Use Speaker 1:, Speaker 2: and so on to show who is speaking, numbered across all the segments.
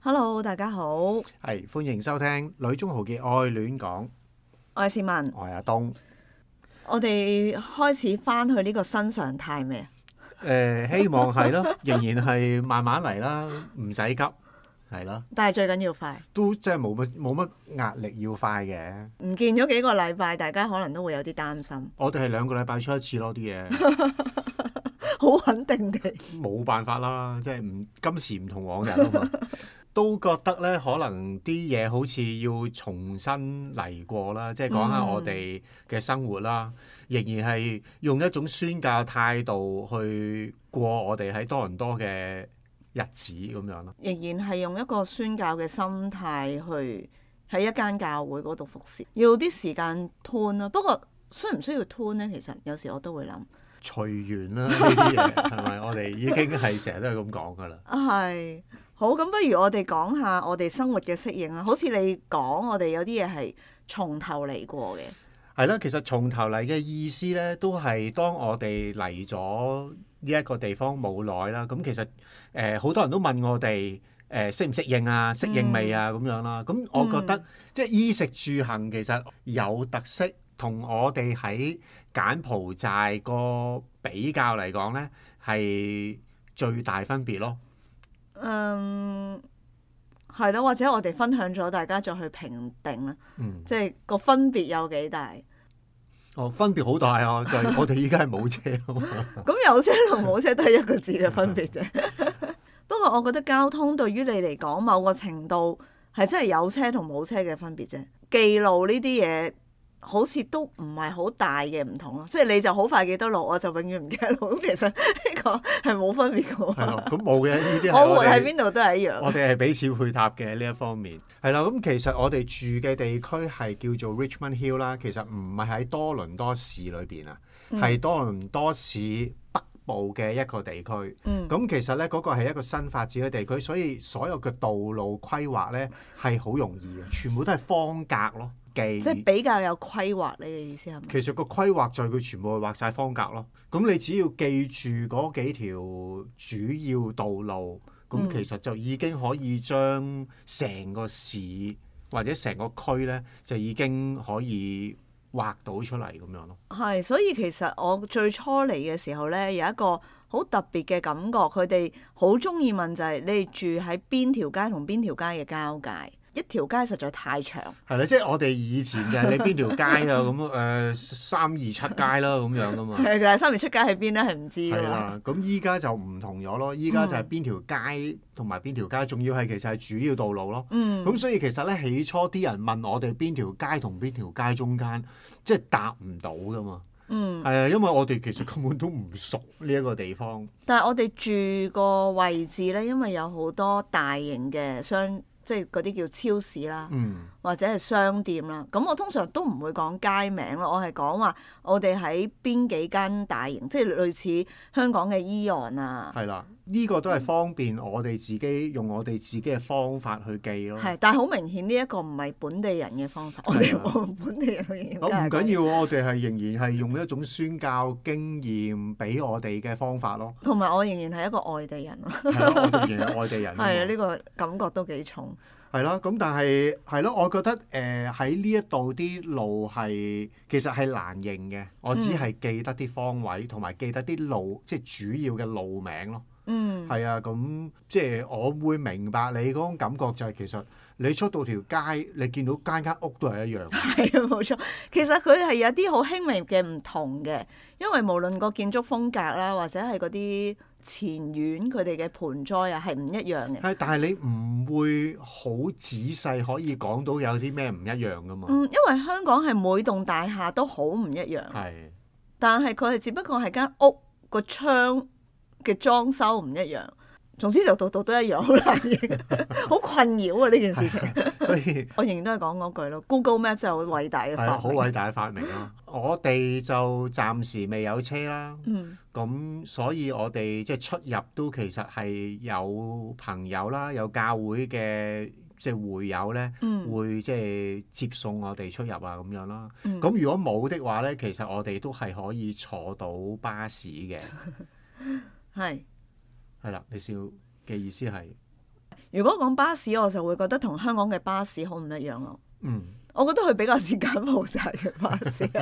Speaker 1: Hello，大家好，我
Speaker 2: 係歡迎收聽《女中豪傑愛戀講》，
Speaker 1: 係市民。
Speaker 2: 我係阿東。誒、
Speaker 1: 我哋開始翻去呢個新常態未啊？
Speaker 2: 希望係 咯，仍然係慢慢嚟啦，唔使急，係啦，
Speaker 1: 但係最緊要快，
Speaker 2: 都真係冇乜冇乜壓力要快嘅。
Speaker 1: 唔見咗幾個禮拜，大家可能都會有啲擔心。
Speaker 2: 我哋係兩個禮拜出一次咯，啲嘢
Speaker 1: 好穩定地，
Speaker 2: 冇辦法啦，即係唔今時唔同往日啊嘛。都覺得咧，可能啲嘢好似要重新嚟過啦，即係講下
Speaker 1: 嗯
Speaker 2: 我哋嘅生活啦，仍然係用一種宣教態度去過我哋喺多倫多嘅日子咁樣咯。
Speaker 1: 仍然係用一個宣教嘅心態去喺一間教會嗰度服侍，要啲時間 turn 啦。不過需唔需要 turn 呢？其實有時我都會諗
Speaker 2: 隨緣啦，呢啲嘢係咪？我哋已經係成日都係咁講噶啦。
Speaker 1: 啊，係好咁，不如我哋講下我哋生活嘅適應啦。好似你講，我哋有啲嘢係從頭嚟過嘅。
Speaker 2: 係啦，其實從頭嚟嘅意思咧，都係當我哋嚟咗呢一個地方冇耐啦。咁其實誒好、多人都問我哋誒適唔適應啊，適應未啊
Speaker 1: 嗯
Speaker 2: 咁樣啦。咁我覺得、即係衣食住行其實有特色，同我哋喺柬埔寨個比較嚟講咧，係最大分別咯。
Speaker 1: 嗯，係咯，或者我哋分享咗，大家再去評定啦，
Speaker 2: 嗯，
Speaker 1: 即係個分別有幾大。
Speaker 2: 哦，分別好大啊！就係我哋依家係冇車啊嘛。
Speaker 1: 咁有車同冇車都係一個字嘅分別啫。不過我覺得交通對於你嚟講，某個程度係真係有車同冇車嘅分別啫。記路呢啲嘢好似都唔係好大嘅唔同啊咯，即係你就好快記得路，我就永遠唔記得路。咁其實呢個係冇分別嘅
Speaker 2: 係
Speaker 1: 喎。
Speaker 2: 咯，咁冇嘅呢啲係
Speaker 1: 我活
Speaker 2: 我哋
Speaker 1: 喺邊度都係一樣。
Speaker 2: 我哋係彼此配搭嘅呢一方面，係啦。咁其實我哋住嘅地區係叫做 Richmond Hill 啦，其實唔係喺多倫多市裏邊啊，
Speaker 1: 嗯
Speaker 2: 係多倫多市北部嘅一個地區。
Speaker 1: 嗯
Speaker 2: 咁其實呢，嗰個係一個新發展嘅地區，所以所有嘅道路規劃呢係好容易嘅，全部都係方格咯，既
Speaker 1: 即係比較有規劃，你嘅意思係咪？
Speaker 2: 其實個規劃在佢全部係畫晒方格咯。咁你只要記住嗰幾條主要道路，咁其實就已經可以將成個市或者成個區呢，就已經可以畫到出嚟咁樣咯。
Speaker 1: 係，所以其實我最初嚟嘅時候呢，有一個好特別嘅感覺，佢哋好中意問就係、你哋住喺邊條街同邊條街嘅交界？一條街實在太長，
Speaker 2: 係啦，即係我哋以前嘅係你邊條街啊？咁誒三二七街啦咁樣噶 嘛。
Speaker 1: 但係三年出街喺邊呢？係嗯唔知㗎
Speaker 2: 嗯係
Speaker 1: 嘛。
Speaker 2: 啦，咁依家就唔同咗咯。依家就係邊條街同埋邊條街，仲要係其實係主要道路咯。
Speaker 1: 嗯，
Speaker 2: 咁所以其實咧，起初啲人問我哋邊條街同邊條街中間，即係答唔到噶嘛。
Speaker 1: 嗯，
Speaker 2: 係啊，因為我哋其實根本都唔熟呢一個地方。
Speaker 1: 但係我哋住個位置呢，因為有好多大型嘅商，即係嗰啲叫超市啦，
Speaker 2: 嗯，
Speaker 1: 或者係商店啦。咁我通常都唔會講街名咯，我係講話我哋喺邊幾間大型，即係類似香港嘅 Eon 啊。
Speaker 2: 係啦，呢、個都係方便我哋自己用我哋自己嘅方法去記咯。
Speaker 1: 係，但係好明顯呢一個唔係本地人嘅方法，我哋冇本地人嘅
Speaker 2: 我唔緊。要，我哋係仍然係用一種宣教經驗俾我哋嘅方法咯。
Speaker 1: 同埋我仍然係一個外地人咯，
Speaker 2: 係咯，我哋仍然係外地 人。
Speaker 1: 係啊，呢個感覺都幾重。
Speaker 2: 係啦，咁但係係咯，我覺得誒喺呢一度啲路係其實係難認嘅，我
Speaker 1: 嗯
Speaker 2: 只係記得啲方位同埋記得啲路，即係主要嘅路名咯。
Speaker 1: 嗯，
Speaker 2: 係啊，咁即係我會明白你嗰種感覺就係其實你出到條街，你見到間間屋都係一樣。
Speaker 1: 係啊，冇錯。其實佢係有啲好輕微嘅唔同嘅，因為無論個建築風格啦，或者係嗰啲前院佢哋嘅盆栽啊， 係唔一樣嘅。
Speaker 2: 係，但係你唔會好仔細可以講到有啲咩唔一樣噶嘛？
Speaker 1: 嗯，因為香港係每棟大廈都好唔一樣。
Speaker 2: 係
Speaker 1: 但係佢係只不過係間屋個窗嘅裝修唔一樣。總之就度度都一樣，好難 認，好困擾啊呢件事情。
Speaker 2: 所以。
Speaker 1: 我仍然都係講嗰句咯，Google Map 就係偉大嘅
Speaker 2: 係
Speaker 1: 發明。
Speaker 2: 啊好偉大嘅發明咯！我哋就暫時未有車啦，
Speaker 1: 嗯
Speaker 2: 咁所以我哋即係出入都其實係有朋友啦，有教會嘅即係會友咧，
Speaker 1: 嗯
Speaker 2: 會即係接送我哋出入啊咁樣啦。
Speaker 1: 嗯
Speaker 2: 咁如果冇的話咧，其實我哋都係可以坐到巴士嘅，
Speaker 1: 係。
Speaker 2: 係啦。你笑嘅意思係
Speaker 1: 如果講巴士，我就會覺得同香港嘅巴士好唔一樣咯。
Speaker 2: 嗯，
Speaker 1: 我覺得佢比較似柬埔寨嘅巴士。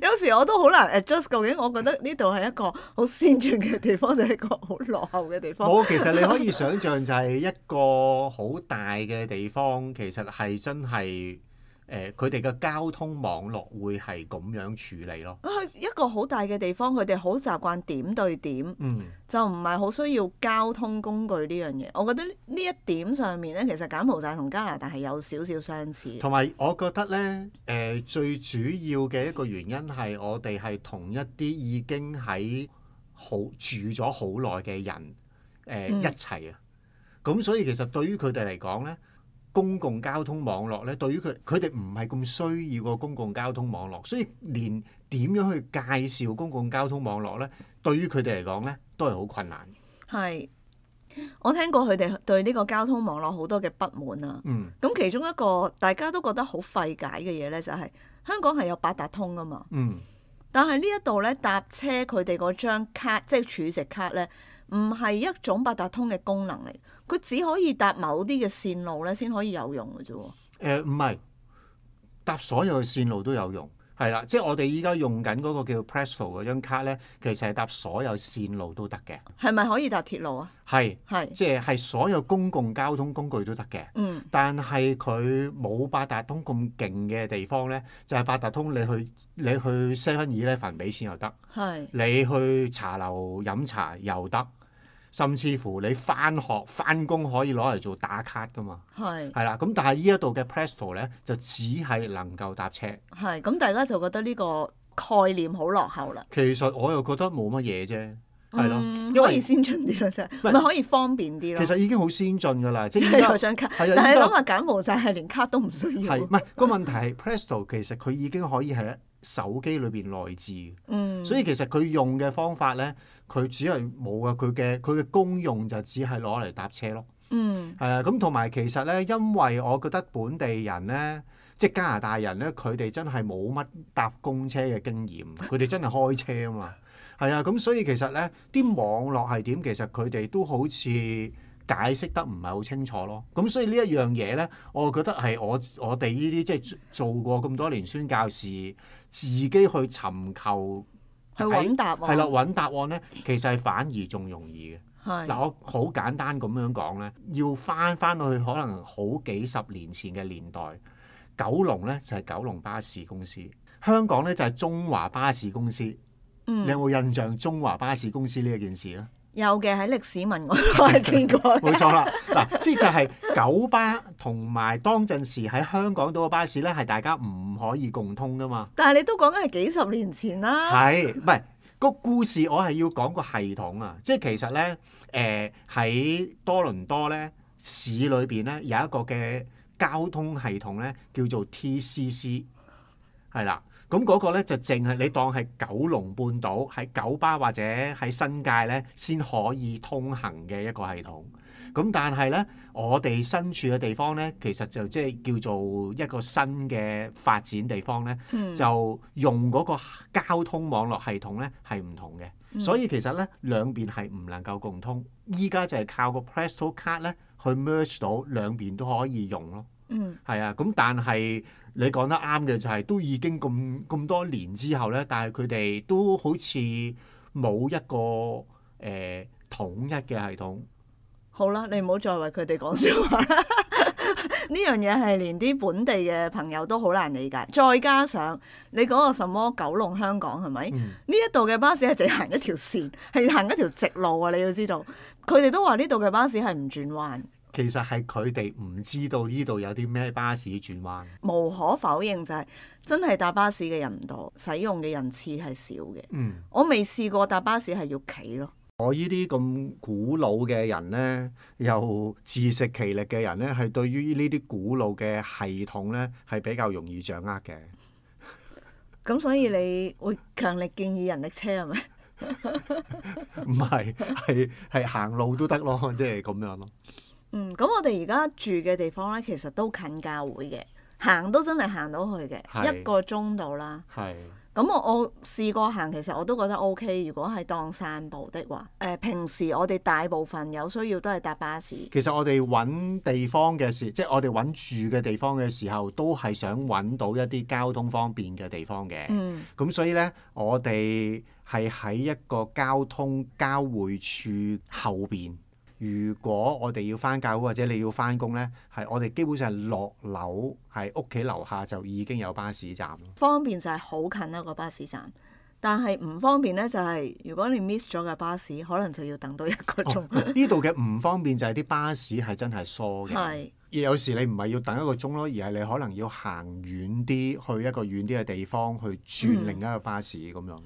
Speaker 1: 有時我都好難 adjust，究竟我覺得呢度係一個好先進嘅地方，定係一個好落後嘅地方？
Speaker 2: 冇，其實你可以想象就係一個好大嘅地方，其實係真係誒，佢哋嘅交通網絡會係咁樣處理咯。
Speaker 1: 啊，一個好大嘅地方，佢哋好習慣點對點，
Speaker 2: 嗯，
Speaker 1: 就唔係好需要交通工具呢樣嘢。我覺得呢一點上面咧，其實柬埔寨同加拿大係有少少相似。
Speaker 2: 同埋我覺得呢，誒、最主要嘅一個原因係我哋係同一啲已經喺好住咗好耐嘅人誒、
Speaker 1: 嗯
Speaker 2: 一齊啊，咁所以其實對於佢哋嚟講呢，公共交通網絡呢，對於佢佢哋唔係咁需要個公共交通網絡，所以連點樣去介紹公共交通網絡呢，對於佢哋嚟講呢，都係好困難。
Speaker 1: 係，我聽過佢哋對呢個交通網絡好多嘅不滿啊。
Speaker 2: 嗯
Speaker 1: 咁其中一個大家都覺得好費解嘅嘢咧，就係、香港係有八達通噶嘛，
Speaker 2: 嗯
Speaker 1: 但係呢一度咧搭車佢哋嗰張卡，即係儲值卡咧，唔係一種八達通嘅功能嚟，佢只可以搭某啲嘅線路咧先可以有用嘅啫喎。
Speaker 2: 誒呃唔係，搭所有嘅線路都有用，係啦，即係我哋依家用緊嗰個叫 Presto 嗰張卡咧，其實係搭所有線路都得嘅，
Speaker 1: 係咪可以搭鐵路啊？
Speaker 2: 係
Speaker 1: 係，
Speaker 2: 即係係所有公共交通工具都得嘅。
Speaker 1: 嗯，
Speaker 2: 但係佢冇八達通咁勁嘅地方咧，就係、八達通你去你去 Seven Eleven 俾錢又得，
Speaker 1: 係，
Speaker 2: 你去茶樓飲茶又得，甚至乎你翻學翻工可以攞嚟做打卡噶嘛。
Speaker 1: 係，
Speaker 2: 係啦，咁但係呢一度嘅 Presto 咧，就只係能夠搭車。
Speaker 1: 係。咁大家就覺得呢個概念好落後啦。
Speaker 2: 其實我又覺得冇乜嘢啫，係咯，
Speaker 1: 嗯
Speaker 2: 因
Speaker 1: 可以
Speaker 2: 為
Speaker 1: 先進啲咯，即係
Speaker 2: 喂
Speaker 1: 咪可以方便啲咯？
Speaker 2: 其實已經好先進㗎啦，即 係依
Speaker 1: 有
Speaker 2: 家
Speaker 1: 張卡，但
Speaker 2: 係啊
Speaker 1: 係你
Speaker 2: 依家
Speaker 1: 諗下柬埔寨係連卡都唔需要。
Speaker 2: 係唔係個問題係 Presto 其實佢已經可以喺手機裏邊內置嘅，
Speaker 1: 嗯，
Speaker 2: 所以其實佢用嘅方法咧，佢只係冇啊，佢嘅佢嘅功用就只係攞嚟搭車咯。
Speaker 1: 嗯
Speaker 2: 係啊，咁同埋其實咧，因為我覺得本地人咧，即係加拿大人咧，佢哋真係冇乜搭公車嘅經驗，佢哋真係開車啊嘛。係啊，咁所以其實咧，啲網絡係點，其實佢哋都好似解釋得唔係好清楚咯。咁所以呢一樣嘢咧，我覺得係我我哋呢啲即係做過咁多年宣教士，自己去尋求
Speaker 1: 去
Speaker 2: 喺
Speaker 1: 揾答案
Speaker 2: 係啦揾答案咧，其實係反而仲容易嘅。嗱，
Speaker 1: 係
Speaker 2: 我好簡單咁樣講咧，要翻翻去可能好幾十年前嘅年代，九龍咧就係、九龍巴士公司，香港咧就係、中華巴士公司。你
Speaker 1: 嗯
Speaker 2: 有冇印象中華巴士公司呢一件事咧？
Speaker 1: 有嘅喺歷史文我都係見過嘅。
Speaker 2: 冇錯啦， 嗱，即係就係九巴同埋當陣時喺香港島嘅巴士咧，係大家唔可以共通噶嘛。
Speaker 1: 但係你都講緊係幾十年前啦。
Speaker 2: 係，唔係個故事？我係要講個系統啊，即係其實咧，誒、喺多倫多咧市裏邊咧有一個嘅交通系統咧叫做 TCC，係啦。咁嗰個咧就淨係你當係九龍半島喺九巴或者喺新界咧先可以通行嘅一個系統。咁但係咧，我哋身處嘅地方咧，其實就即係叫做一個新嘅發展地方咧。
Speaker 1: 嗯，
Speaker 2: 就用嗰個交通網絡系統咧係唔同嘅，
Speaker 1: 嗯
Speaker 2: 所以其實咧兩邊係唔能夠共通。依家就係靠個 Presto Card 咧去 merge 到兩邊都可以用咯。
Speaker 1: 嗯
Speaker 2: 係啊，咁但係你講得啱嘅就係、都已經咁咁多年之後咧，但係佢哋都好似冇一個誒、呃、統一嘅系統。
Speaker 1: 好啦，你唔好再為佢哋講説話啦。 呢樣嘢係連啲本地嘅朋友都好難理解，再加上你嗰個什麼九龍香港係咪？
Speaker 2: 嗯，
Speaker 1: 呢一度嘅巴士係淨行一條線，係行一條直路啊！你要知道，佢哋都話呢度嘅巴士係唔轉彎。
Speaker 2: 其實係佢哋唔知道呢度有啲咩巴士轉彎。
Speaker 1: 無可否認就係、真係搭巴士嘅人唔多，使用嘅人次係少嘅。
Speaker 2: 嗯。
Speaker 1: 我未試過搭巴士係要企咯，
Speaker 2: 我呢啲咁古老嘅人呢，又自食其力嘅人呢，係對於呢啲古老嘅系統呢，係比較容易掌握嘅。
Speaker 1: 咁所以你會強力建議人力車係咪？
Speaker 2: 唔係，係係行路都得咯， 即係咁樣咯。
Speaker 1: 嗯，咁我哋而家住嘅地方呢，其實都近教會嘅，行都真係行到去
Speaker 2: 係
Speaker 1: 嘅，一個鐘到啦。
Speaker 2: 係
Speaker 1: 咁我我試過行，其實我都覺得 O K。如果係當散步的話，誒、呃平時我哋大部分有需要都係搭巴士，
Speaker 2: 其實我哋揾地方嘅時，即係我哋揾住嘅地方嘅時候，都係想揾到一啲交通方便嘅地方嘅。
Speaker 1: 嗯，
Speaker 2: 咁所以呢，我哋係喺一個交通交匯處後邊。如果我哋要翻教會或者你要翻工呢，係我哋基本上係落樓係屋企樓下就已經有巴士站咯。
Speaker 1: 方便就係好近啦、個巴士站。但係唔方便呢，就係、如果你 miss 咗架巴士，可能就要等到一個鐘。
Speaker 2: 呢度嘅唔方便就係啲巴士係真係疏 嘅
Speaker 1: 係，
Speaker 2: 有時你唔係要等一個鐘咯，而係你可能要行遠啲，去一個遠啲嘅地方去轉另一個巴士咁樣咯。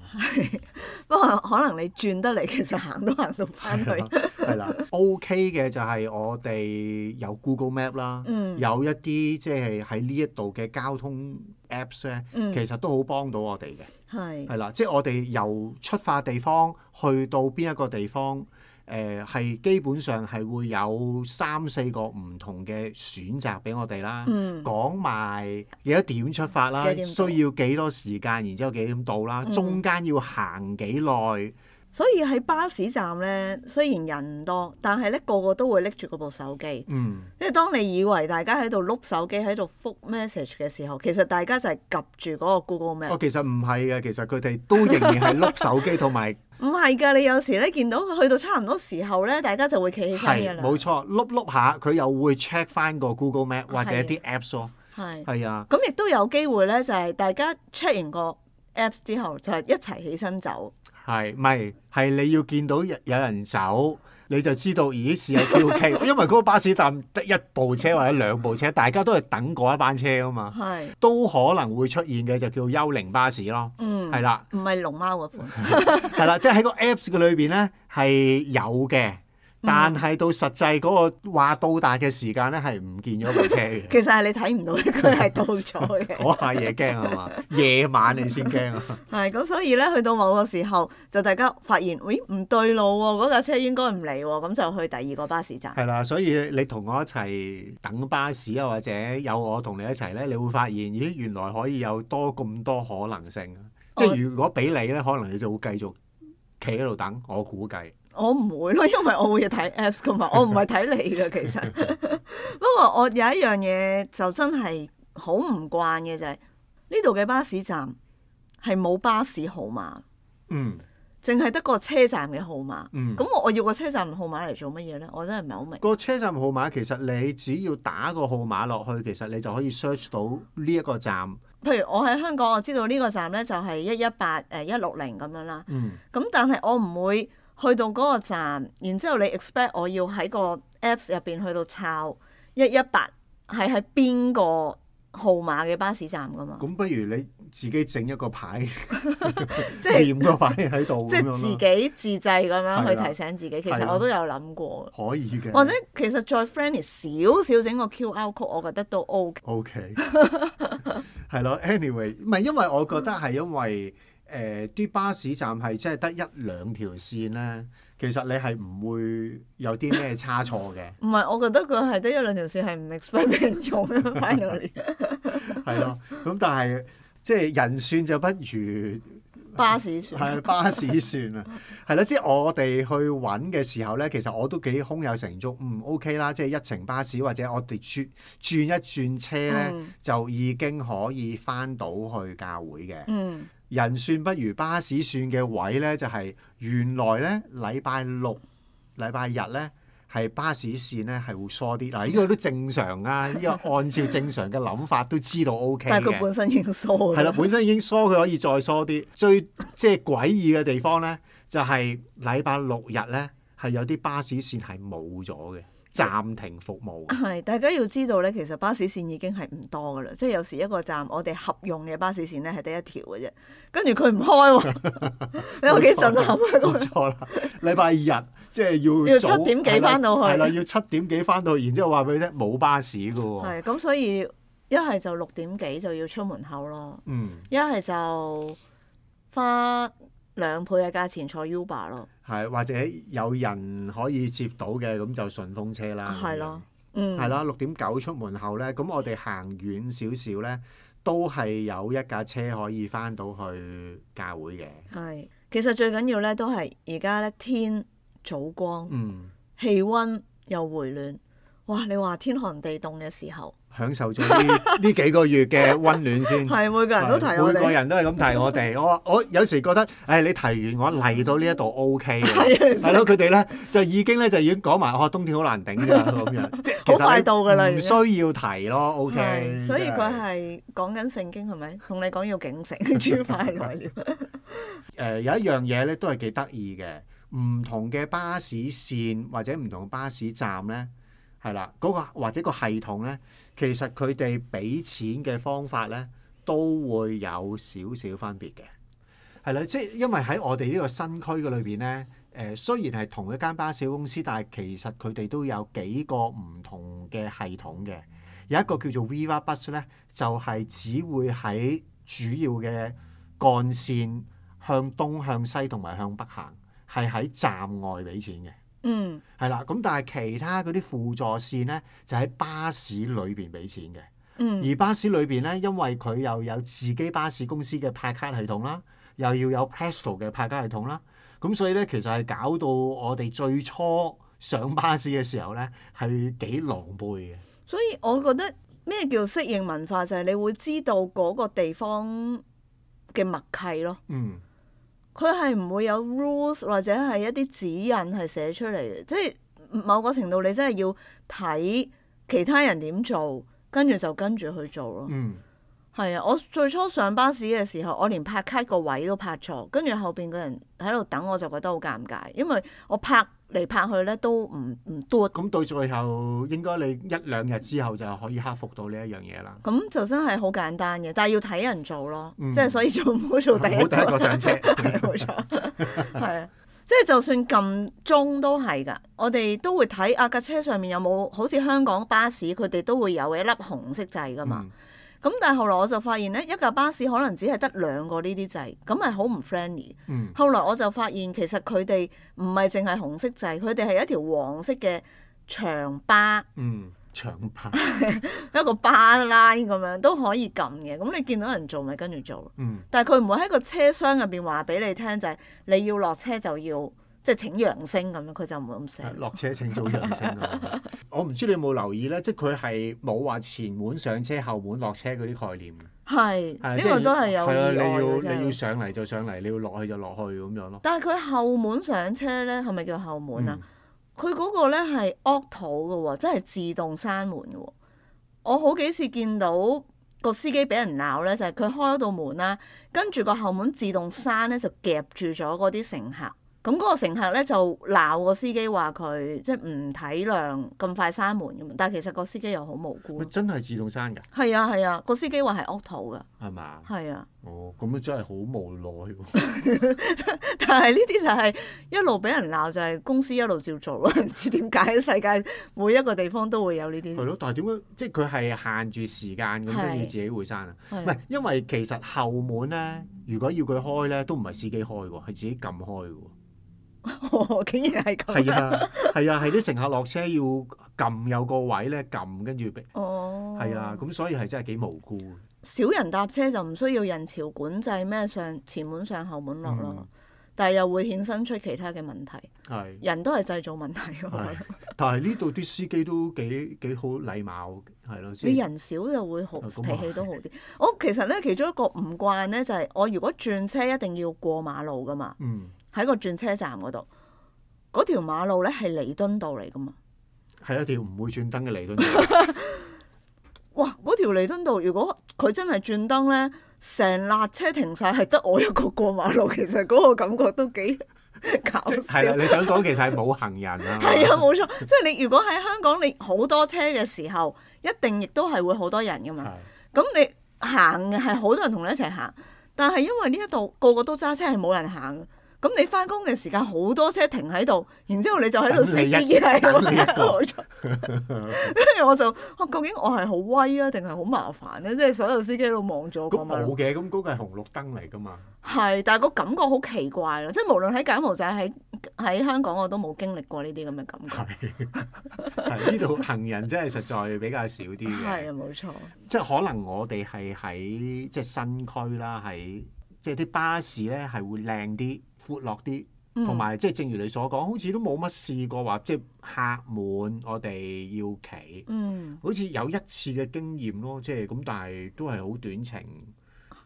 Speaker 1: 不過可能你轉得嚟，其實行都行到翻去。
Speaker 2: 係啦，OK 嘅就係我哋有 Google Map 啦，
Speaker 1: 嗯
Speaker 2: 有一啲即係喺呢一度嘅交通 Apps 咧，
Speaker 1: 嗯
Speaker 2: 其實都好幫到我哋嘅。
Speaker 1: 係
Speaker 2: 係啦，即係我哋由出發地方去到邊一個地方，誒、係基本上係會有三四個唔同嘅選擇俾我哋啦。
Speaker 1: 嗯
Speaker 2: 講埋幾多點出發啦，
Speaker 1: 幾點到
Speaker 2: 需要幾多時間，然之後幾點到啦，
Speaker 1: 嗯
Speaker 2: 中間要行幾耐。
Speaker 1: 所以喺巴士站呢，雖然人唔多，但係呢個個都會拎住嗰部手機。
Speaker 2: 嗯，
Speaker 1: 因為當你以為大家喺度碌手機喺度覆 message 嘅時候，其實大家就係及住嗰個 Google
Speaker 2: 哦，
Speaker 1: Map。
Speaker 2: 其實唔係嘅，其實佢哋都仍然係碌手機同埋。
Speaker 1: 唔係㗎，你有時咧見到去到差唔多時候咧，大家就會企起身㗎
Speaker 2: 係
Speaker 1: 啦。
Speaker 2: 冇，錯，碌碌下佢又會 check 翻個 Google Map 或者
Speaker 1: 啊係
Speaker 2: 啲 Apps 咯，
Speaker 1: 係。
Speaker 2: 係啊，
Speaker 1: 咁亦都有機會咧，就係、大家 check 完個 apps 之後，就係一齊起身走。
Speaker 2: 係，唔係係你要見到有有人走，你就知道咦是有 QK，因為嗰個巴士站得一部車或者兩部車，大家都係等嗰一班車啊嘛，
Speaker 1: 係，
Speaker 2: 都可能會出現嘅就叫幽靈巴士咯，
Speaker 1: 嗯，
Speaker 2: 係啦，
Speaker 1: 唔係龍貓嗰款。
Speaker 2: 係 啦，即係喺個 Apps 嘅裏邊咧係有嘅，
Speaker 1: 嗯
Speaker 2: 但係到實際嗰個話到達嘅時間咧係唔見咗部車嘅。
Speaker 1: 其實係你睇唔到佢係到咗嘅。
Speaker 2: 嗰下嘢驚啊嘛，夜晚你先驚啊。
Speaker 1: 係咁，所以咧去到某個時候，就大家發現，咦唔對路喎、嗰架車應該唔嚟喎，咁就去第二個巴士站。
Speaker 2: 係啦，所以你同我一齊等巴士啊，或者有我同你一齊咧，你會發現，咦，原來可以有多咁多可能性啊！即
Speaker 1: 我
Speaker 2: 係如果俾你咧，可能你就會繼續企喺度等。我估計
Speaker 1: 我唔會咯，因為我會睇 apps 噶嘛，我 唔係睇你噶其實。不過我有一樣嘢就真係好唔慣嘅就係呢度嘅巴士站係冇巴士號碼，
Speaker 2: 嗯
Speaker 1: 淨係得個車站嘅號碼。
Speaker 2: 嗯，
Speaker 1: 咁我我要個車站號碼嚟做乜嘢呢？我真係唔係好明。
Speaker 2: 個車站號碼其實你只要打個號碼落去，其實你就可以 search 到呢一個站。
Speaker 1: 譬如我喺香港，我知道呢個站呢就係一一八誒一六零咁樣啦。
Speaker 2: 嗯，
Speaker 1: 咁但係我唔會去到嗰個站，然之後你 expect 我要喺個 apps 入邊去到抄一一八係喺邊個號碼嘅巴士站噶嘛？
Speaker 2: 咁不如你自己整一個牌，
Speaker 1: 即係
Speaker 2: 念個牌喺度
Speaker 1: 即
Speaker 2: 咁
Speaker 1: 係
Speaker 2: 樣
Speaker 1: 自
Speaker 2: 咯，
Speaker 1: 己自制咁
Speaker 2: 係
Speaker 1: 樣
Speaker 2: 啦
Speaker 1: 去提醒自己。其
Speaker 2: 係啦
Speaker 1: 實我都有諗過，
Speaker 2: 可以嘅。
Speaker 1: 或者其實再 friendly 少少整個 QR code，我覺得都 OK。
Speaker 2: O K，係咯。Anyway，唔係因為我覺得係因為誒啲、巴士站係真係得一兩條線咧，其實你係唔會有啲咩差錯嘅，
Speaker 1: 唔係，我覺得佢係得一兩條線係唔 expect 俾人用 啊，finally
Speaker 2: 係咯。咁但係即係人算就不如
Speaker 1: 巴士船
Speaker 2: 係巴士算啊，係啦，即係我哋去揾嘅時候咧，其實我都幾胸有成竹，嗯 OK 啦，即係一程巴士或者我哋轉轉一轉車咧，
Speaker 1: 嗯
Speaker 2: 就已經可以翻到去教會嘅。
Speaker 1: 嗯
Speaker 2: 人算不如巴士算嘅位呢，就係、原來呢禮拜六、禮拜日呢，係巴士線呢係會疏啲。嗱，呢個都正常啊， 呢個按照正常嘅諗法都知道 O K
Speaker 1: 但係佢
Speaker 2: 嘅。
Speaker 1: 本身已經疏
Speaker 2: 係啦，本身已經疏，佢可以再疏啲。最即係詭異嘅地方呢，就係禮拜六日呢，係有啲巴士線係冇咗嘅，暫停服務嘅。
Speaker 1: 係，大家要知道咧，其實巴士線已經係唔多噶啦，即係有時一個站我哋合用嘅巴士線咧係得一條嘅啫，跟住佢唔開喎， 你有幾震撼啊！
Speaker 2: 冇
Speaker 1: 嗰
Speaker 2: 錯啦，禮拜日即係要
Speaker 1: 要
Speaker 2: 早
Speaker 1: 7點幾
Speaker 2: 係啦
Speaker 1: 返到去
Speaker 2: 係啦，要七點幾翻到去，然之後話俾你聽冇巴士嘅
Speaker 1: 個
Speaker 2: 喎。
Speaker 1: 係咁，所以一係就六點幾就要出門口咯，
Speaker 2: 嗯，
Speaker 1: 一係就花兩倍嘅價錢坐 Uber 咯，
Speaker 2: 係或者有人可以接到嘅，咁就順風車啦。
Speaker 1: 係咯，嗯，
Speaker 2: 係啦，六點九出門口咧，咁我哋行遠少少咧，都係有一架車可以翻到去教會嘅。
Speaker 1: 係，其實最緊要咧都係而家咧天早光，
Speaker 2: 嗯，
Speaker 1: 氣温又回暖。哇！你話天寒地凍嘅時候，
Speaker 2: 享受咗 呢呢幾個月嘅温暖先。
Speaker 1: 係每個人都提
Speaker 2: 嗯係
Speaker 1: 我
Speaker 2: 每個
Speaker 1: 哋，
Speaker 2: 人都係咁提我哋。我我有時覺得，誒、你提完我嚟到呢一度 O K 嘅，
Speaker 1: 係
Speaker 2: 係
Speaker 1: 啊，
Speaker 2: 咯，佢哋咧就已經咧就已經講埋，哦，冬天好難頂㗎咁樣，即係其實
Speaker 1: 好快到㗎啦
Speaker 2: 你唔需要提咯，O
Speaker 1: 係
Speaker 2: K。
Speaker 1: 所以
Speaker 2: 真
Speaker 1: 佢
Speaker 2: 係
Speaker 1: 係講緊聖經係咪？同你講要警 醒，主快來了。
Speaker 2: 誒、呃有一樣嘢咧都係幾得意嘅，唔同嘅巴士線或者唔同巴士站咧，係啦，嗰、個或者個系統咧，其實佢哋俾錢嘅方法咧都會有少少分別嘅，係啦，即係因為喺我哋呢個新區嘅裏邊咧。誒、雖然係同一間巴士公司，但係其實佢哋都有幾個唔同嘅系統嘅。有一個叫做 Viva Bus 咧，就係、只會喺主要嘅幹線向東、向西同埋向北行，係喺站外俾錢嘅，
Speaker 1: 嗯，
Speaker 2: 係啦。咁但係其他嗰啲輔助線呢，就喺巴士裏邊俾錢嘅。
Speaker 1: 嗯，
Speaker 2: 而巴士裏邊呢，因為佢又有自己巴士公司嘅拍卡系統啦，又要有 Presto 嘅拍卡系統啦，咁所以呢，其實係搞到我哋最初上巴士嘅時候呢，係幾狼狽嘅。
Speaker 1: 所以我覺得咩叫適應文化就係、你會知道嗰個地方嘅默契咯。
Speaker 2: 嗯，
Speaker 1: 佢係唔會有 rules 或者係一啲指引係寫出嚟嘅，即係某個程度你真係要睇其他人點做，跟住就跟住去做咯。
Speaker 2: 嗯。
Speaker 1: 係啊，我最初上巴士嘅時候，我連拍卡個位都拍錯，跟住後邊個人喺度等我就覺得好尷尬，因為我拍嚟拍去咧都唔唔嘟，
Speaker 2: 咁到最後，應該你一兩日之後就可以克服到呢一樣嘢啦。
Speaker 1: 咁就真係好簡單嘅，但係要睇人做咯，
Speaker 2: 嗯
Speaker 1: 即係所以就唔好做第一
Speaker 2: 唔好第一
Speaker 1: 個。
Speaker 2: 個上車。
Speaker 1: 係冇錯，係啊，即係就算撳鐘都係㗎，我哋都會睇啊架車上面有冇好似香港巴士佢哋都會有一粒紅色掣㗎
Speaker 2: 嗯
Speaker 1: 嘛。咁、但係後來我就發現咧，一架巴士可能只係得兩個呢啲掣，咁係好唔 friendly。
Speaker 2: 嗯，
Speaker 1: 後來我就發現其實佢哋唔係淨係紅色掣，佢哋係一條黃色嘅長巴。
Speaker 2: 嗯嗯，長 拍。
Speaker 1: 一個巴拉咁樣都可以撳嘅，咁你見到人做咪跟住做咯
Speaker 2: 嗯
Speaker 1: 但係佢唔會喺個車廂入邊話俾你聽，就係、你要落車就要即係請揚聲咁樣，佢就唔會咁寫。
Speaker 2: 啊落車請早揚聲 啊！我唔知你有冇留意咧，即係佢係冇話前門上車、後門落車嗰啲概念嘅。
Speaker 1: 係
Speaker 2: 係
Speaker 1: 呢
Speaker 2: 即係
Speaker 1: 個都係有
Speaker 2: 係啊！
Speaker 1: 意
Speaker 2: 你
Speaker 1: 外嘅
Speaker 2: 要你要
Speaker 1: 真係。
Speaker 2: 上嚟就上嚟，你要落去就落去咁樣咯。
Speaker 1: 但係佢後門上車咧，係咪叫後門啊
Speaker 2: 嗯？
Speaker 1: 佢嗰、個咧係 auto 嘅喎，即係自動閂門嘅喎。我好幾次見到個司機俾人鬧咧，就係、佢開咗道門啦，跟住個後門自動閂咧，就夾住咗嗰啲乘客。咁嗰個乘客咧就鬧個司機話佢即係唔體諒咁快閂門咁，但係其實個司機又好無辜
Speaker 2: 佢。真係自動閂㗎，
Speaker 1: 係啊係啊，個司機話係 auto 嘅，
Speaker 2: 係嘛？
Speaker 1: 係啊。
Speaker 2: 哦，咁樣真係好無 奈喎。
Speaker 1: 但係呢啲就係一路俾人鬧，就係、公司一路照做咯。唔知點解世界每一個地方都會有呢
Speaker 2: 係
Speaker 1: 啲。
Speaker 2: 咯，但係點解即係佢係限住時間咁，跟
Speaker 1: 係
Speaker 2: 住自己會閂啊？
Speaker 1: 係
Speaker 2: 唔係，因為其實後門咧，如果要佢開咧，都唔係司機開喎，係自己撳開嘅喎。
Speaker 1: 哦竟然係咁。
Speaker 2: 係啊，係啊，係啲乘客落車要撳有個位咧，撳跟住俾
Speaker 1: 哦。
Speaker 2: 係啊，。咁所以係真係幾無辜嘅。
Speaker 1: 少人搭車就唔需要人潮管制咩上前門上後門落咯，
Speaker 2: 嗯
Speaker 1: 但係又會衍生出其他嘅問題。
Speaker 2: 係
Speaker 1: 人都係製造問題我覺
Speaker 2: 係
Speaker 1: 得，
Speaker 2: 但係呢度啲司機都幾幾好禮貌，係咯，
Speaker 1: 你
Speaker 2: 即係
Speaker 1: 人少就會好
Speaker 2: 啊咁
Speaker 1: 脾
Speaker 2: 啊
Speaker 1: 氣都好啲。我其實咧其中一個唔慣咧就係、我如果轉車一定要過馬路噶嘛，
Speaker 2: 嗯
Speaker 1: 喺個轉車站嗰度，嗰條馬路咧係彌敦道嚟噶嘛。
Speaker 2: 係一條唔會轉燈嘅 嚟到。
Speaker 1: 哇！嗰條彌敦道，如果佢真係轉燈咧，成辣車停晒，係得我一個過馬路，其實嗰個感覺都 幾搞
Speaker 2: 即係係
Speaker 1: 笑
Speaker 2: 啦，。你想講其實係冇行人啊 嘛？
Speaker 1: 係啊，冇錯，即係你如果喺香港，你好多車嘅時候，一定亦都係會好多人噶嘛。
Speaker 2: 係
Speaker 1: 咁你行嘅係好多人同你一齊行，但係因為呢一度個個都揸車，係冇人行嘅。咁你翻工嘅時間好多車停喺度，然之後你就喺度司
Speaker 2: 等你一
Speaker 1: 司機係
Speaker 2: 等你一個
Speaker 1: 冇錯跟住我就，啊究竟我係好威啊，定係好麻煩咧？即係所有司機喺度望住我
Speaker 2: 咁
Speaker 1: 過馬路
Speaker 2: 冇嘅，咁嗰個係紅綠燈嚟㗎嘛。
Speaker 1: 係，但係個感覺好奇怪咯，即係無論喺柬埔寨喺喺香港，我都冇經歷過呢啲咁嘅感覺。
Speaker 2: 係係呢度行人真係實在比較少啲
Speaker 1: 係啊，
Speaker 2: 嘅，
Speaker 1: 冇錯，
Speaker 2: 即係可能我哋係喺即係新區啦，喺即係啲巴士咧係會靚啲、闊落啲，
Speaker 1: 嗯
Speaker 2: 同埋即係正如你所講，好似都冇乜試過話即係客滿我哋要企，
Speaker 1: 嗯
Speaker 2: 好似有一次嘅經驗咯，即係咁，但係都係好短程，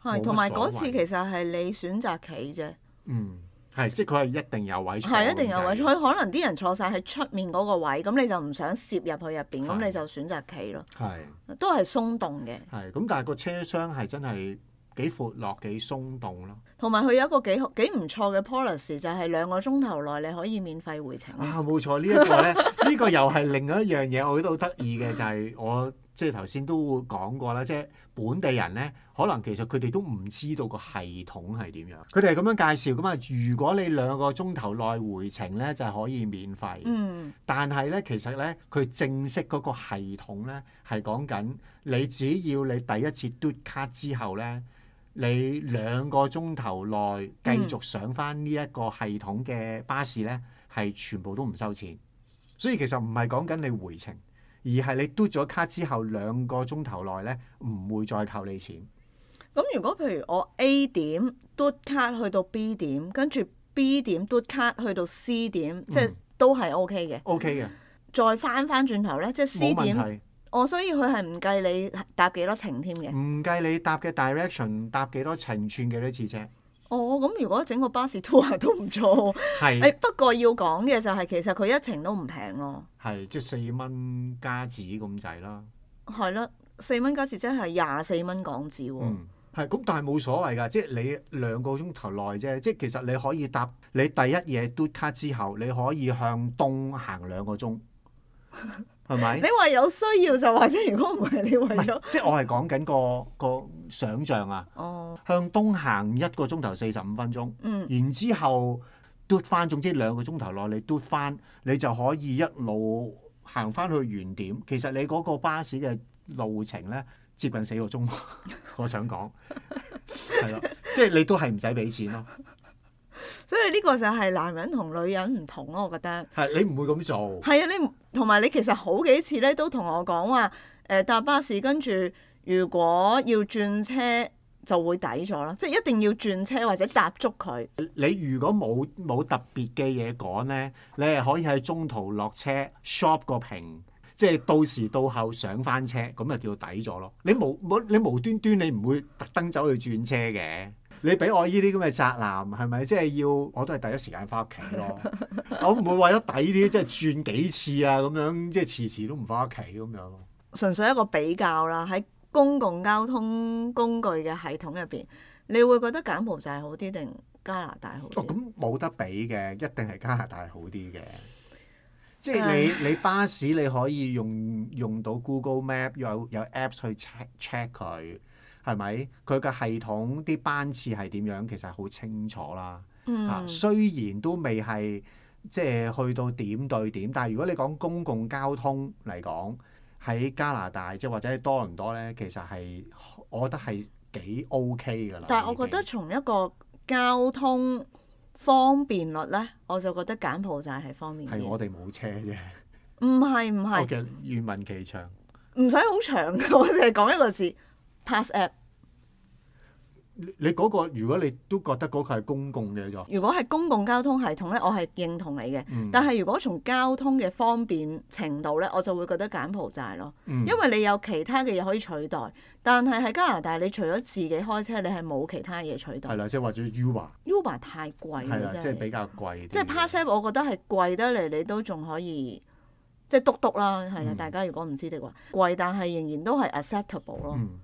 Speaker 2: 冇
Speaker 1: 係，
Speaker 2: 乜
Speaker 1: 同埋嗰次
Speaker 2: 所謂
Speaker 1: 其實係你選擇企啫，
Speaker 2: 嗯，係即係佢係一定有位坐，
Speaker 1: 係一定有位，
Speaker 2: 咁就
Speaker 1: 佢可能啲人坐晒喺出面嗰個位，咁你就唔想攝入去入邊，咁
Speaker 2: 係
Speaker 1: 你就選擇企咯，
Speaker 2: 係。
Speaker 1: 都係鬆動嘅。
Speaker 2: 係，咁但係個車廂係真係幾闊落、幾鬆動咯。
Speaker 1: 同埋佢有一個幾好幾唔錯嘅 policy，就係兩個鐘頭內你可以免費回程。
Speaker 2: 啊，冇錯，呢、 一個咧，呢個又係另外一樣嘢，我覺得好得意嘅就係、我即係頭先都會講過啦，即係本地人咧，可能其實佢哋都唔知道個系統係點樣，佢哋係咁樣介紹噶嘛。如果你兩個鐘頭內回程咧，就係可以免費。
Speaker 1: 嗯，
Speaker 2: 但係咧，其實咧，佢正式嗰個系統咧係講緊你只要你第一次嘟卡之後咧，你兩個鐘頭內繼續上翻呢一個系統嘅巴士咧，係全部都唔收錢。所以其實唔係講緊你回程，而係你嘟咗卡之後兩個鐘頭內咧，唔會再扣你錢。
Speaker 1: 咁如果譬如我 A 點嘟卡去到 B 點，跟住 B 點嘟卡去到 C 點，即
Speaker 2: 嗯
Speaker 1: 係都係 O K 嘅。
Speaker 2: O K 嘅，
Speaker 1: 再翻翻轉頭咧，即係 C
Speaker 2: 冇
Speaker 1: 點，
Speaker 2: 問
Speaker 1: 我所以佢係唔計你搭幾多程添
Speaker 2: 題，
Speaker 1: 嘅。
Speaker 2: 唔計你搭嘅 direction，搭幾多程轉幾多次車，
Speaker 1: 哦，咁如果整個巴士 tour 都唔錯喎。
Speaker 2: 係。
Speaker 1: 誒不過要講嘅就係其實佢一程都唔平咯，
Speaker 2: 係即係四蚊加紙咁滯啦。
Speaker 1: 係啦，四蚊加至即係廿四蚊港紙喎。
Speaker 2: 嗯，係咁，但係冇所謂㗎，即係你兩個鐘頭內啫。即係其實你可以搭你第一夜嘟卡之後，你可以向東行兩個 鐘，係咪
Speaker 1: 你？話有需要就話啫，如果唔係你為
Speaker 2: 唔
Speaker 1: 咗
Speaker 2: 係，即係我係講緊個個想像啊，
Speaker 1: 哦，
Speaker 2: 向東行一個鐘頭四十五分鐘，
Speaker 1: 嗯
Speaker 2: 然之後嘟翻，總之兩個鐘頭內你嘟翻，你就可以一路行翻去原點。其實你嗰個巴士嘅路程咧，接近四個鐘， 我想講係咯，即係你都係唔使俾錢咯，
Speaker 1: 所以呢個就係男人同女人唔同咯，我覺得。
Speaker 2: 係你唔會咁做，
Speaker 1: 係啊，你唔同埋你其實好幾次咧都同我講話，誒、搭巴士跟住如果要轉車就會抵咗咯，即係一定要轉車或者搭足佢。
Speaker 2: 你如果冇冇特別嘅嘢講咧，你係可以喺中途落車 shop 個屏。即係到時到後上翻車，咁就叫抵咗咯。你無冇你無端端你唔會特登走去轉車嘅。你俾我呢啲咁嘅宅男係咪？即係要我都係第一時間翻屋企咯。我唔會為咗抵啲即係轉幾次啊咁樣，即係遲遲都唔翻屋企咁樣咯。
Speaker 1: 純粹一個比較啦，喺公共交通工具嘅系統入邊，你會覺得柬埔寨好啲定加拿大好
Speaker 2: 哦，
Speaker 1: 啲？
Speaker 2: 咁冇得比嘅，一定係加拿大好啲嘅。即係你你巴士你可以用用到 Google Map 有有 Apps 去 check check 佢係咪？佢嘅系統啲班次係點樣，其實好清楚啦。啊，
Speaker 1: 嗯，
Speaker 2: 雖然都未係即係去到點對點，但係如果你講公共交通嚟講，喺加拿大即係或者喺多倫多咧，其實係我覺得係幾 OK 㗎啦。
Speaker 1: 但係我覺得從一個交通方便率咧，我就覺得柬埔寨係方便
Speaker 2: 係
Speaker 1: 啲。
Speaker 2: 我哦哋冇車啫。
Speaker 1: 唔係唔係
Speaker 2: 我。嘅願聞其詳。
Speaker 1: 唔使好長嘅， 我淨係講一個字，pass app。
Speaker 2: 你你嗰、個如果你都覺得嗰個係公共嘅咗，
Speaker 1: 如果係公共交通系統咧，我係認同你嘅。
Speaker 2: 嗯
Speaker 1: 但係如果從交通嘅方便程度咧，我就會覺得柬埔寨咯，
Speaker 2: 嗯
Speaker 1: 因為你有其他嘅嘢可以取代。但係喺加拿大，你除咗自己開車，你係冇其他嘢取
Speaker 2: 係
Speaker 1: 代。
Speaker 2: 啦，即係或者 Uber
Speaker 1: Uber 太貴
Speaker 2: 啊係啦
Speaker 1: 啦，，
Speaker 2: 即
Speaker 1: 真
Speaker 2: 係
Speaker 1: 係。
Speaker 2: 比較貴啲。
Speaker 1: 即係 pass app，我覺得係貴得嚟，你都仲可以即係篤篤啦，係啊！
Speaker 2: 嗯
Speaker 1: 大家如果唔知的話，貴但係仍然都係 acceptable 咯。
Speaker 2: 嗯，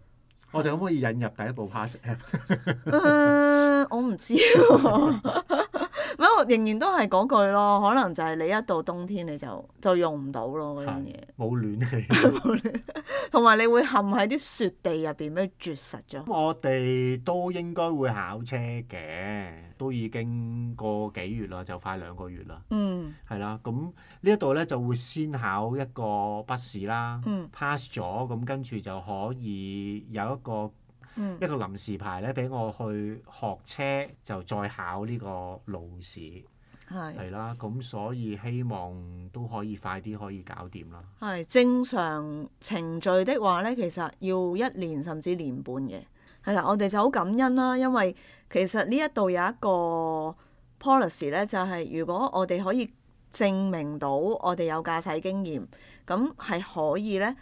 Speaker 2: 我哋可唔可以引入
Speaker 1: 呃
Speaker 2: 第一部 Pass App？
Speaker 1: 誒我唔知喎，唔係過仍然都係嗰句咯，可能就係你一到冬天你就就用唔到咯嗰樣嘢，
Speaker 2: 冇暖氣。
Speaker 1: 同埋你會陷喺啲雪地入邊咩絕實咗。
Speaker 2: 我哋都應該會考車嘅，都已經個幾月啦，就快兩個月啦，
Speaker 1: 嗯
Speaker 2: 係啦。咁呢一度呢，就會先考一個筆試啦、
Speaker 1: 嗯
Speaker 2: p a s s 咗，咁跟住就可以有一個
Speaker 1: 嗯
Speaker 2: 一個臨時牌呢，俾我去學車，就再考呢個路試，
Speaker 1: 係。
Speaker 2: 係啦。咁所以希望都可以快啲可以搞掂啦。
Speaker 1: 係正常程序的話咧，其實要一年甚至年半嘅。係啦，我哋就好感恩啦，因為其實呢一度有一個 policy 咧，就係、如果我哋可以證明到我哋有駕駛經驗，咁係可以咧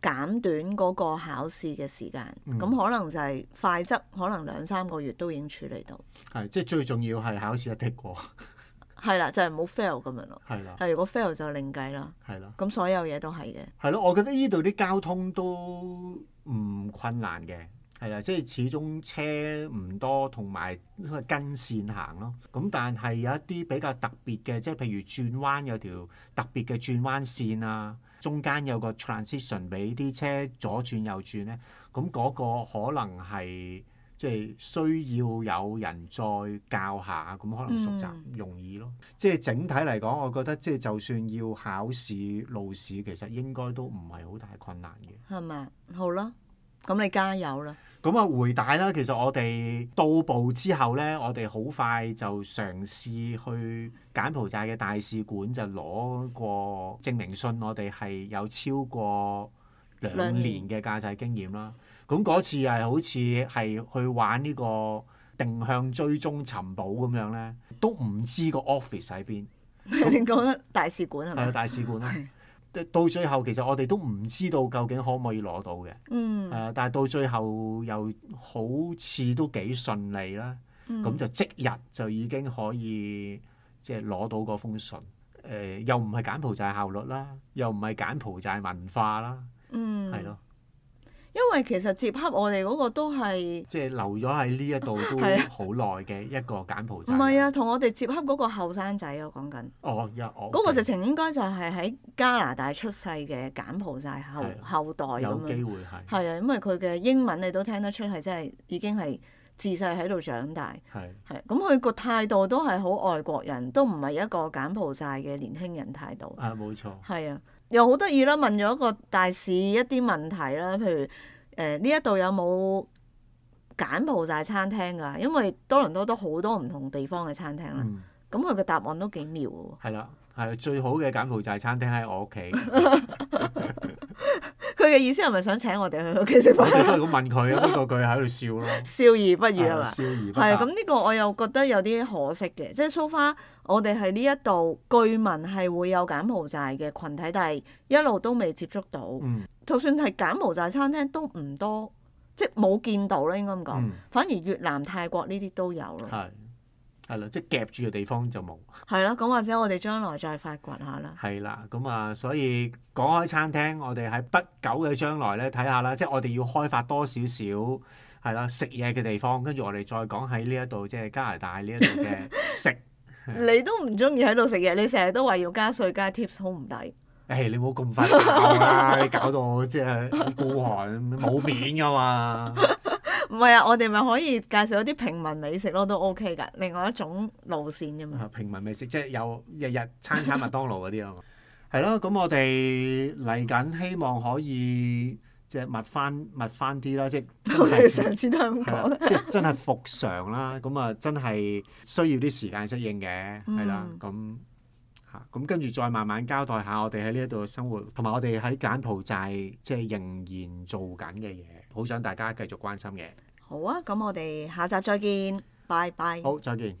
Speaker 1: 減短嗰個考試嘅時間。
Speaker 2: 嗯
Speaker 1: 咁、可能就係快則可能兩三個月都已經處理到。
Speaker 2: 係，即係最重要係考試一剔過，
Speaker 1: 係啦，就係、冇 fail 咁樣咯。
Speaker 2: 係啦，
Speaker 1: 係如果 fail 就另計啦。
Speaker 2: 係啦。
Speaker 1: 咁所有嘢都係嘅。
Speaker 2: 係咯，我覺得呢度啲交通都唔困難嘅，係啊，即係始終車唔多，同埋跟線行咯。咁但係有一啲比較特別嘅，即係譬如轉彎有條特別嘅轉彎線啊，中間有個 transition 俾啲車左轉右轉咧，咁嗰個可能係即係需要有人再教下，咁可能熟習
Speaker 1: 嗯
Speaker 2: 容易咯。即係整體嚟講，我覺得即係就算要考試路試，其實應該都唔係好大困難嘅。
Speaker 1: 係咪？好啦，咁你加油啦！
Speaker 2: 咁啊，回帶啦，其實我哋到步之後呢，我哋好快就嘗試去柬埔寨嘅大使館就攞個證明信，我哋係有超過兩年嘅駕駛經驗啦。咁嗰次係好似係去玩呢個定向追蹤尋寶咁樣呢，都唔知個 office 喺邊，
Speaker 1: 你講大使館係
Speaker 2: 係啊
Speaker 1: 咪？
Speaker 2: 大使館啦
Speaker 1: 係。
Speaker 2: 到最後其實我哋都唔知道究竟可唔可以攞到嘅。誒、
Speaker 1: 嗯，
Speaker 2: 但係啊到最後又好似都幾順利啦，咁、
Speaker 1: 咁
Speaker 2: 就即日就已經可以即係攞到嗰封信。誒、又唔係柬埔寨效率啦，又唔係柬埔寨文化啦，
Speaker 1: 嗯，
Speaker 2: 係咯、
Speaker 1: 因為其實接洽我哋嗰個都係
Speaker 2: 即係留咗喺呢一度都
Speaker 1: 係啊
Speaker 2: 好耐嘅一個柬埔
Speaker 1: 唔
Speaker 2: 寨。
Speaker 1: 係啊？，同我哋接洽嗰個後生仔啊，講緊
Speaker 2: 哦，有我
Speaker 1: 嗰個直情應該就係喺加拿大出世嘅柬埔寨後
Speaker 2: 係啊
Speaker 1: 後代咁
Speaker 2: 有機
Speaker 1: 樣，
Speaker 2: 會係
Speaker 1: 係啊，因為佢嘅英文你都聽得出係真係已經係自細喺度長大。
Speaker 2: 係
Speaker 1: 係，咁佢個態度都係好外國人，都唔係一個柬埔寨嘅年輕人態度。
Speaker 2: 啊，冇錯，
Speaker 1: 係啊，又好得意啦！問咗個大使一啲問題啦，譬如誒呢一度有冇柬埔寨餐廳㗎？因為多倫多都好多唔同地方嘅餐廳啦。
Speaker 2: 嗯，
Speaker 1: 咁佢個答案都幾妙喎。
Speaker 2: 係啦，係啊最好嘅柬埔寨餐廳喺我屋 企，
Speaker 1: 佢嘅意思係咪想請我哋去佢屋企食
Speaker 2: 我 哋
Speaker 1: 飯？
Speaker 2: 都係咁問佢，咁到佢喺度笑咯，
Speaker 1: 笑而不語係
Speaker 2: 係啊
Speaker 1: 嘛？
Speaker 2: 笑而不
Speaker 1: 係啊
Speaker 2: 答
Speaker 1: 咁。呢個我又覺得有啲可惜嘅，即係 so far 我哋喺呢一度據聞係會有柬埔寨嘅群體，但係一路都未接觸到。
Speaker 2: 嗯
Speaker 1: 就算係柬埔寨餐廳都唔多，即係冇見到啦，應該咁講。
Speaker 2: 嗯
Speaker 1: 反而越南、泰國呢啲都有咯。
Speaker 2: 係係啦，即係夾住嘅地方就冇。
Speaker 1: 係啦，咁或者我哋將來再發掘下啦。
Speaker 2: 係啦，咁啊，所以講開餐廳，我哋喺不久嘅將來咧睇下啦，即係我哋要開發多少少係啦食嘢嘅地方，跟住我哋再講喺呢一度即係加拿大呢一度嘅食。
Speaker 1: 你都唔中意喺度食嘢，你成日都話要加税加 tips，好唔抵。
Speaker 2: 誒，你唔好咁快搞啦，你搞到我即係孤寒冇面噶嘛。
Speaker 1: 唔係啊，我哋咪可以介紹一啲平民美食咯，都 OK 㗎。另外一種路線啫 嘛。
Speaker 2: 啊平民美食，即係有日日餐餐麥當勞嗰啲啊嘛。 係咯，咁我哋嚟緊希望可以即係密翻密翻啲啦，即係真
Speaker 1: 我哋
Speaker 2: 係
Speaker 1: 上次都係咁
Speaker 2: 係啦
Speaker 1: 講。，
Speaker 2: 即係真係復常啦，咁啊真係需要啲時間適應嘅，
Speaker 1: 嗯
Speaker 2: 係啦，咁嚇，咁跟住再慢慢交代下我哋喺呢一度嘅生活，同埋我哋喺柬埔寨即係仍然做緊嘅嘢，好想大家繼續關心嘅。
Speaker 1: 好啊，咁我哋下集再見，拜拜。
Speaker 2: 好，再見。